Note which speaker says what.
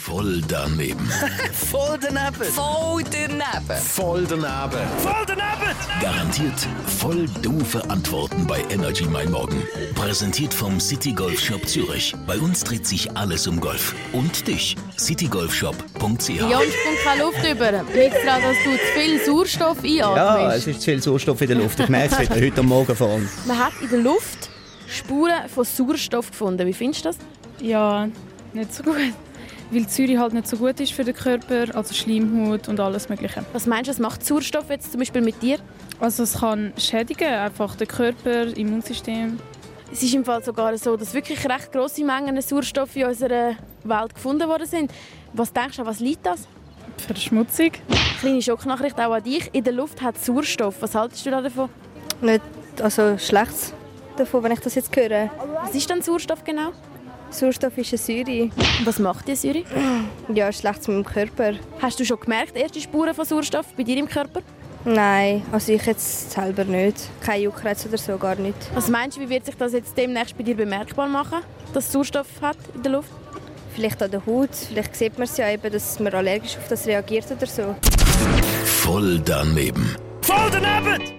Speaker 1: Voll daneben.
Speaker 2: Voll daneben.
Speaker 3: Voll daneben.
Speaker 1: Voll daneben.
Speaker 2: Voll daneben!
Speaker 1: Garantiert voll doofe Antworten bei Energy Mein Morgen. Präsentiert vom City Golf Shop Zürich. Bei uns dreht sich alles um Golf. Und dich, citygolfshop.ch.
Speaker 4: Jans kommt keine Luft über. Liegt daran, dass du zu viel Sauerstoff
Speaker 5: Ja, es
Speaker 4: einatmest.
Speaker 5: ist zu viel Sauerstoff in der Luft. Ich merke es wieder heute am Morgen vor allem.
Speaker 4: Man hat in der Luft Spuren von Sauerstoff gefunden. Wie findest du das?
Speaker 6: Ja, nicht so gut. Weil Zürich halt nicht so gut ist für den Körper, also Schleimhaut und alles Mögliche.
Speaker 4: Was meinst du, was macht Sauerstoff jetzt zum Beispiel mit dir?
Speaker 6: Also es kann schädigen, einfach den Körper, Immunsystem.
Speaker 4: Es ist im Fall sogar so, dass wirklich recht grosse Mengen Sauerstoff in unserer Welt gefunden worden sind. Was denkst du, an was liegt das?
Speaker 6: Verschmutzung.
Speaker 4: Kleine Schocknachricht auch an dich. In der Luft hat Sauerstoff. Was haltest du da davon?
Speaker 7: nicht also schlecht davon, wenn ich das jetzt höre.
Speaker 4: Was ist denn Sauerstoff genau?
Speaker 7: Sauerstoff ist eine Säure.
Speaker 4: Und Was macht die Säure?
Speaker 7: Ja, ist schlecht mit dem Körper.
Speaker 4: Hast du schon gemerkt, erste Spuren von Sauerstoff bei dir im Körper?
Speaker 7: Nein, also ich jetzt selber nicht. Kein Juckreiz oder so, gar nicht.
Speaker 4: Was meinst du, wie wird sich das jetzt demnächst bei dir bemerkbar machen, dass es Sauerstoff hat in der Luft?
Speaker 7: Vielleicht an der Haut, vielleicht sieht man es ja eben, dass man allergisch auf das reagiert oder so.
Speaker 1: Voll daneben.
Speaker 2: Voll daneben!